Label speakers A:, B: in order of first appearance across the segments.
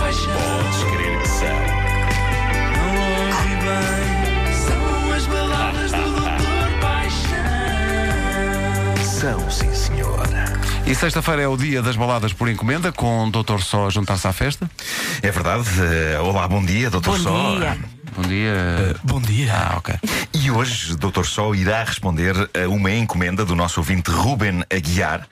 A: deixa. Podes crer que são. Não ouvi bem. São as baladas do Doutor Paixão.
B: São, sim, senhora.
C: E sexta-feira é o dia das baladas por encomenda, com o Doutor Só a juntar-se à festa.
B: É verdade. Eh, olá, bom dia, Dr.
D: Bom
B: Só.
D: dia.
C: Bom dia.
E: Bom dia.
C: Ah, ok.
B: E hoje, Dr. Sol irá responder a uma encomenda do nosso ouvinte Ruben Aguiar,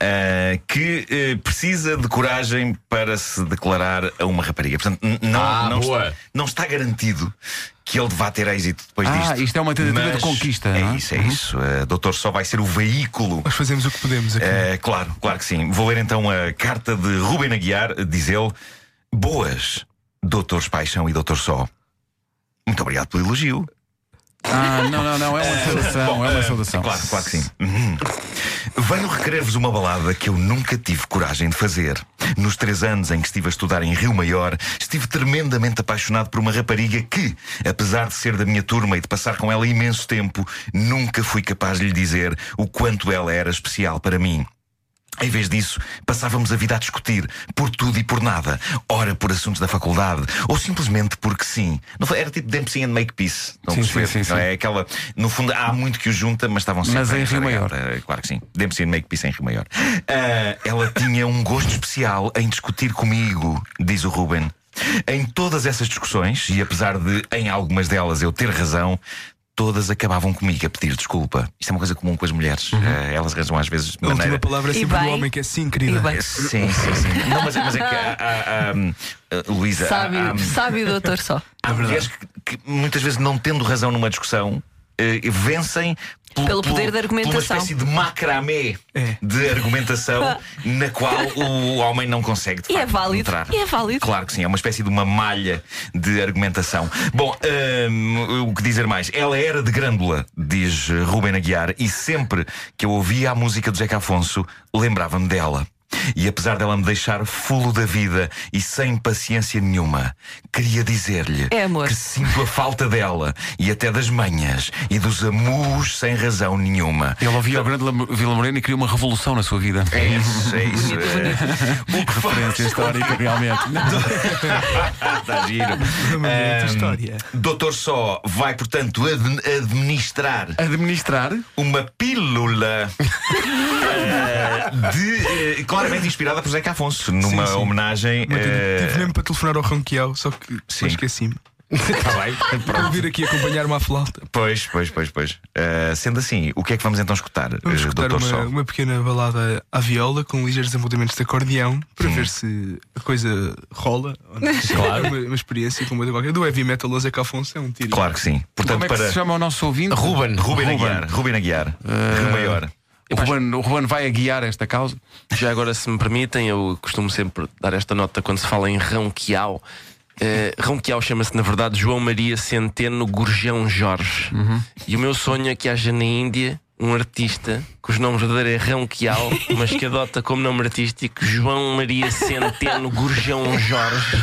B: eh, que eh, precisa de coragem para se declarar a uma rapariga. Portanto, n- não,
E: Ah,
B: não,
E: boa.
B: está, não está garantido que ele vá ter êxito depois
C: Ah,
B: disto.
C: isto é uma tentativa de
B: Mas
C: conquista,
B: É
C: não é?
B: isso, é isso. Eh, Dr. Sol vai ser o veículo
E: Nós fazemos o que podemos aqui.
B: É, claro, claro que sim. Vou ler então a carta de Ruben Aguiar, diz ele: Boas, Doutores Paixão e Doutor Só. Muito obrigado pelo elogio.
C: Ah, não, não, não. É uma saudação. É uma saudação.
B: Claro, claro que sim. Uhum. Venho requerer-vos uma balada que eu nunca tive coragem de fazer. Nos três anos em que estive a estudar em Rio Maior, estive tremendamente apaixonado por uma rapariga que, apesar de ser da minha turma e de passar com ela imenso tempo, nunca fui capaz de lhe dizer o quanto ela era especial para mim. Em vez disso, passávamos a vida a discutir por tudo e por nada, ora por assuntos da faculdade, ou simplesmente porque sim. Não foi- era tipo Dempsey and Make Peace. Estão a
C: Sim, sim,
B: perceber?
C: sim,
B: Não
C: sim.
B: é aquela. No fundo, há muito que o junta, mas estavam sempre.
C: Mas em
B: a
C: Rio Maior.
B: Uh, claro que sim. Dempsey and Make Peace é em Rio Maior. Ah, ela tinha um gosto especial em discutir comigo, diz o Ruben. Em todas essas discussões, e apesar de em algumas delas eu ter razão, todas acabavam comigo a pedir desculpa. Isto é uma coisa comum com as mulheres.
C: Uhum.
B: Ah, elas arranjam às vezes
C: tipo,
E: a
B: maneira.
E: última palavra é
D: E
E: sempre do
D: bem.
E: homem que é sim,
D: E
E: querida.
D: bem.
B: Sim, sim, sim. Não, mas, mas é que há, há- há, hum, uh, Luísa, há- há,
D: Sábio, sábio doutor só.
B: há mulheres que, que muitas vezes, não tendo razão numa discussão, eh, vencem pelo,
D: Pelo poder da
B: Uma
D: argumentação.
B: espécie de macramé
E: É.
B: de argumentação na qual o homem não consegue. de
D: E é
B: facto,
D: válido.
B: penetrar.
D: E é válido.
B: Claro que sim, é uma espécie de uma malha de argumentação. Bom, hum, o que dizer mais? Ela era de Grândola, diz eh, Ruben Aguiar, e sempre que eu ouvia a música do Zeca Afonso, lembrava-me dela. E apesar dela me deixar fulo da vida e sem paciência nenhuma, queria dizer-lhe
D: É amor.
B: que sinto a falta dela e até das manhas e dos amus sem razão nenhuma.
C: Ele ouvia o grande Lam- Vila Morena e criou uma revolução na sua vida.
B: É isso, é isso. É. O que
C: Referência histórica, realmente.
B: Está Ah, tá giro.
E: Vamos ver esta
B: Ahm,
E: história.
B: É, hum, Doutor Só vai, portanto, ad- administrar
C: Administrar.
B: uma pílula eh, de, eh, claramente inspirada por Zeca Afonso, numa
E: sim.
B: homenagem.
E: Mas
B: eh,
E: Tive mesmo para telefonar ao Ronquiel, só que
B: Sim.
E: depois esqueci-me.
B: tá bem,
E: Para
B: pronto.
E: vir aqui acompanhar-me à flauta.
B: Pois, pois, pois, pois. Eh, sendo assim, o que é que vamos então escutar,
E: Vamos
B: eh,
E: escutar
B: Doutor
E: uma,
B: Só?
E: uma pequena balada à viola com ligeiros desenvolvimentos de acordeão para ver se a coisa rola. ou não. É uma, uma experiência como a de qualquer. Do heavy metal ao Zeca Afonso é um tiro.
B: Claro que sim. Portanto,
C: Como é que
B: para
C: se chama o nosso ouvinte?
B: Ruben, Ruben Aguiar, Ruben Aguiar, Rio Maior.
C: O Ruben, o Ruben vai a guiar esta causa.
F: Já agora, se me permitem, eu costumo sempre dar esta nota quando se fala em Ronquial. Eh, Ronquial chama-se, na verdade, João Maria Centeno Gurjão Jorge. E o meu sonho é que haja na Índia um artista cujo nome verdadeiro é Ronquial, mas que adota como nome artístico João Maria Centeno Gurjão Jorge.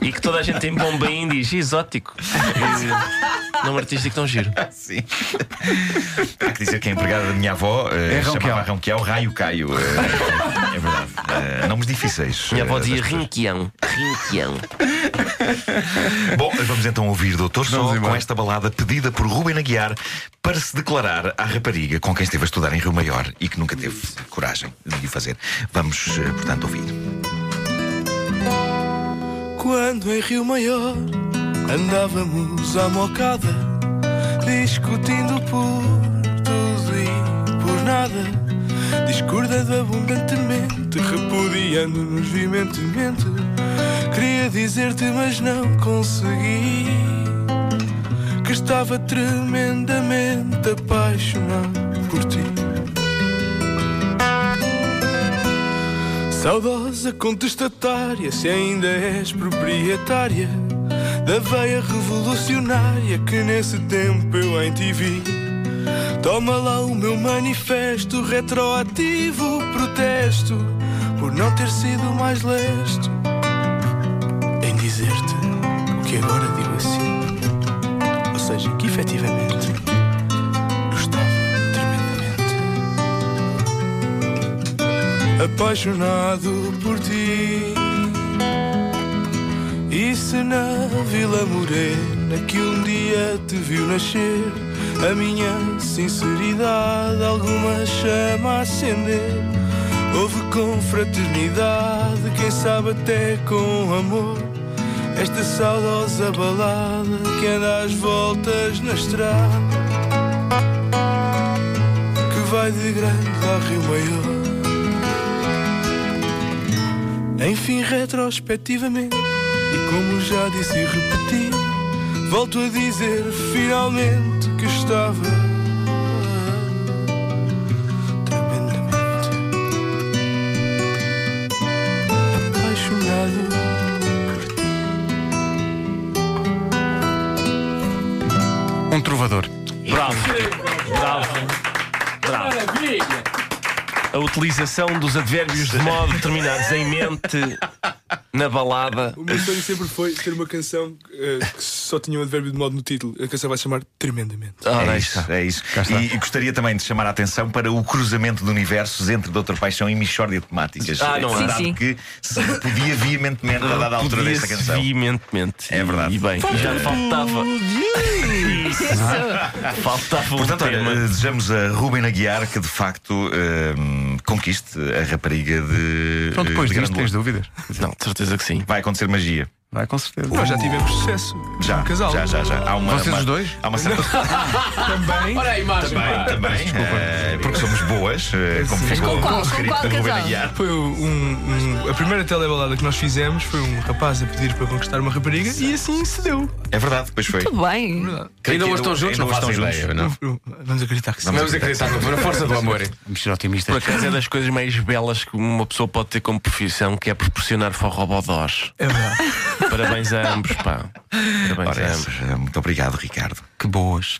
F: E que toda a gente em Bombaim diz exótico. E, nome artístico tão giro.
B: Sim. Há que dizer que a empregada da minha avó eh,
C: É Ronquial.
B: chamava Ronquial Raio Caio. eh, é verdade. Eh, nomes difíceis.
F: Minha avó
B: eh,
F: dizia
B: das pessoas.
F: Rinquião. Rinquião.
B: Bom, vamos então ouvir Doutor Sol
C: Vamos
B: com
C: embora.
B: esta balada pedida por Ruben Aguiar para se declarar à rapariga com quem esteve a estudar em Rio Maior e que nunca teve coragem de o fazer. Vamos, eh, portanto, ouvir.
G: Quando em Rio Maior andávamos à mocada, discutindo por tudo e por nada, discordando abundantemente, repudiando-nos veementemente. Queria dizer-te, mas não consegui. Que estava tremendamente apaixonado por ti. Saudosa contestatária, se ainda és proprietária da veia revolucionária que nesse tempo eu em ti vi. Toma lá o meu manifesto retroativo, protesto por não ter sido mais lesto em dizer-te o que agora digo assim. Ou seja, que efetivamente eu estava tremendamente apaixonado por ti. E se na Vila Morena que um dia te viu nascer, a minha sinceridade alguma chama a acender? Houve confraternidade, quem sabe até com amor. Esta saudosa balada que anda às voltas na estrada, que vai de grande a Rio Maior. Enfim, retrospectivamente, e como já disse e repeti, volto a dizer finalmente que estava tremendamente apaixonado.
C: Um trovador.
F: Bravo. Bravo. Bravo. A utilização dos advérbios de modo terminados em mente, na balada.
G: O meu sonho sempre foi ter uma canção eh, que só tinha um advérbio de modo no título. A canção vai se chamar Tremendamente.
F: Ora,
B: É
F: aí
B: isso,
F: está.
B: é isso.
C: Ah, está.
B: E, e gostaria também de chamar a atenção para o cruzamento de universos entre Doutor Paixão e Michórdia de Temáticas.
F: Ah, não é?
B: é
F: Sim,
B: verdade
D: sim.
B: que se repudia veementemente É a dada altura desta
F: Podia-se
B: canção.
F: veementemente.
B: É verdade.
F: E, e bem, e já faltava. Isso. Faltava um
B: Portanto, olha,
F: tema.
B: eh, desejamos a Ruben Aguiar que de facto eh, conquiste a rapariga de.
C: Então, depois
B: de
C: disto,
B: grande
C: tens
B: luta.
C: dúvidas?
B: eh,
F: Não, de certeza que sim.
B: Vai acontecer magia.
C: Vai, com certeza. Uh,
E: Nós já tivemos sucesso.
B: Já,
E: Um casal.
B: já, já, já. Há uma,
C: Vocês
B: uma-
C: os dois?
B: Há uma certa.
E: Também.
H: Ora a imagem.
B: também, também. eh, porque somos boas, eh, como ficou
D: Com qual- com
B: escrito
D: qual
B: de Ruben
D: casal?
B: Aguiar.
E: Foi um, um- a primeira telebalada que nós fizemos foi um rapaz a pedir para conquistar uma rapariga e assim se deu.
B: É verdade, pois foi.
D: Tudo bem.
H: Ainda hoje
B: Ainda-
H: estão juntos?
B: ainda
H: Não
B: hoje
H: faço
B: estão
H: ideia.
B: juntos.
H: Não.
E: Vamos acreditar que sim.
H: Vamos acreditar na força do amor.
C: Vamos ser otimistas.
F: Por acaso é das coisas mais belas que uma pessoa pode ter como profissão, que é proporcionar forrobodós.
E: É verdade.
F: Parabéns a ambos, pá. Parabéns
B: Ora,
F: a
B: é,
F: ambos.
B: eh, muito obrigado, Ricardo.
C: Que boas.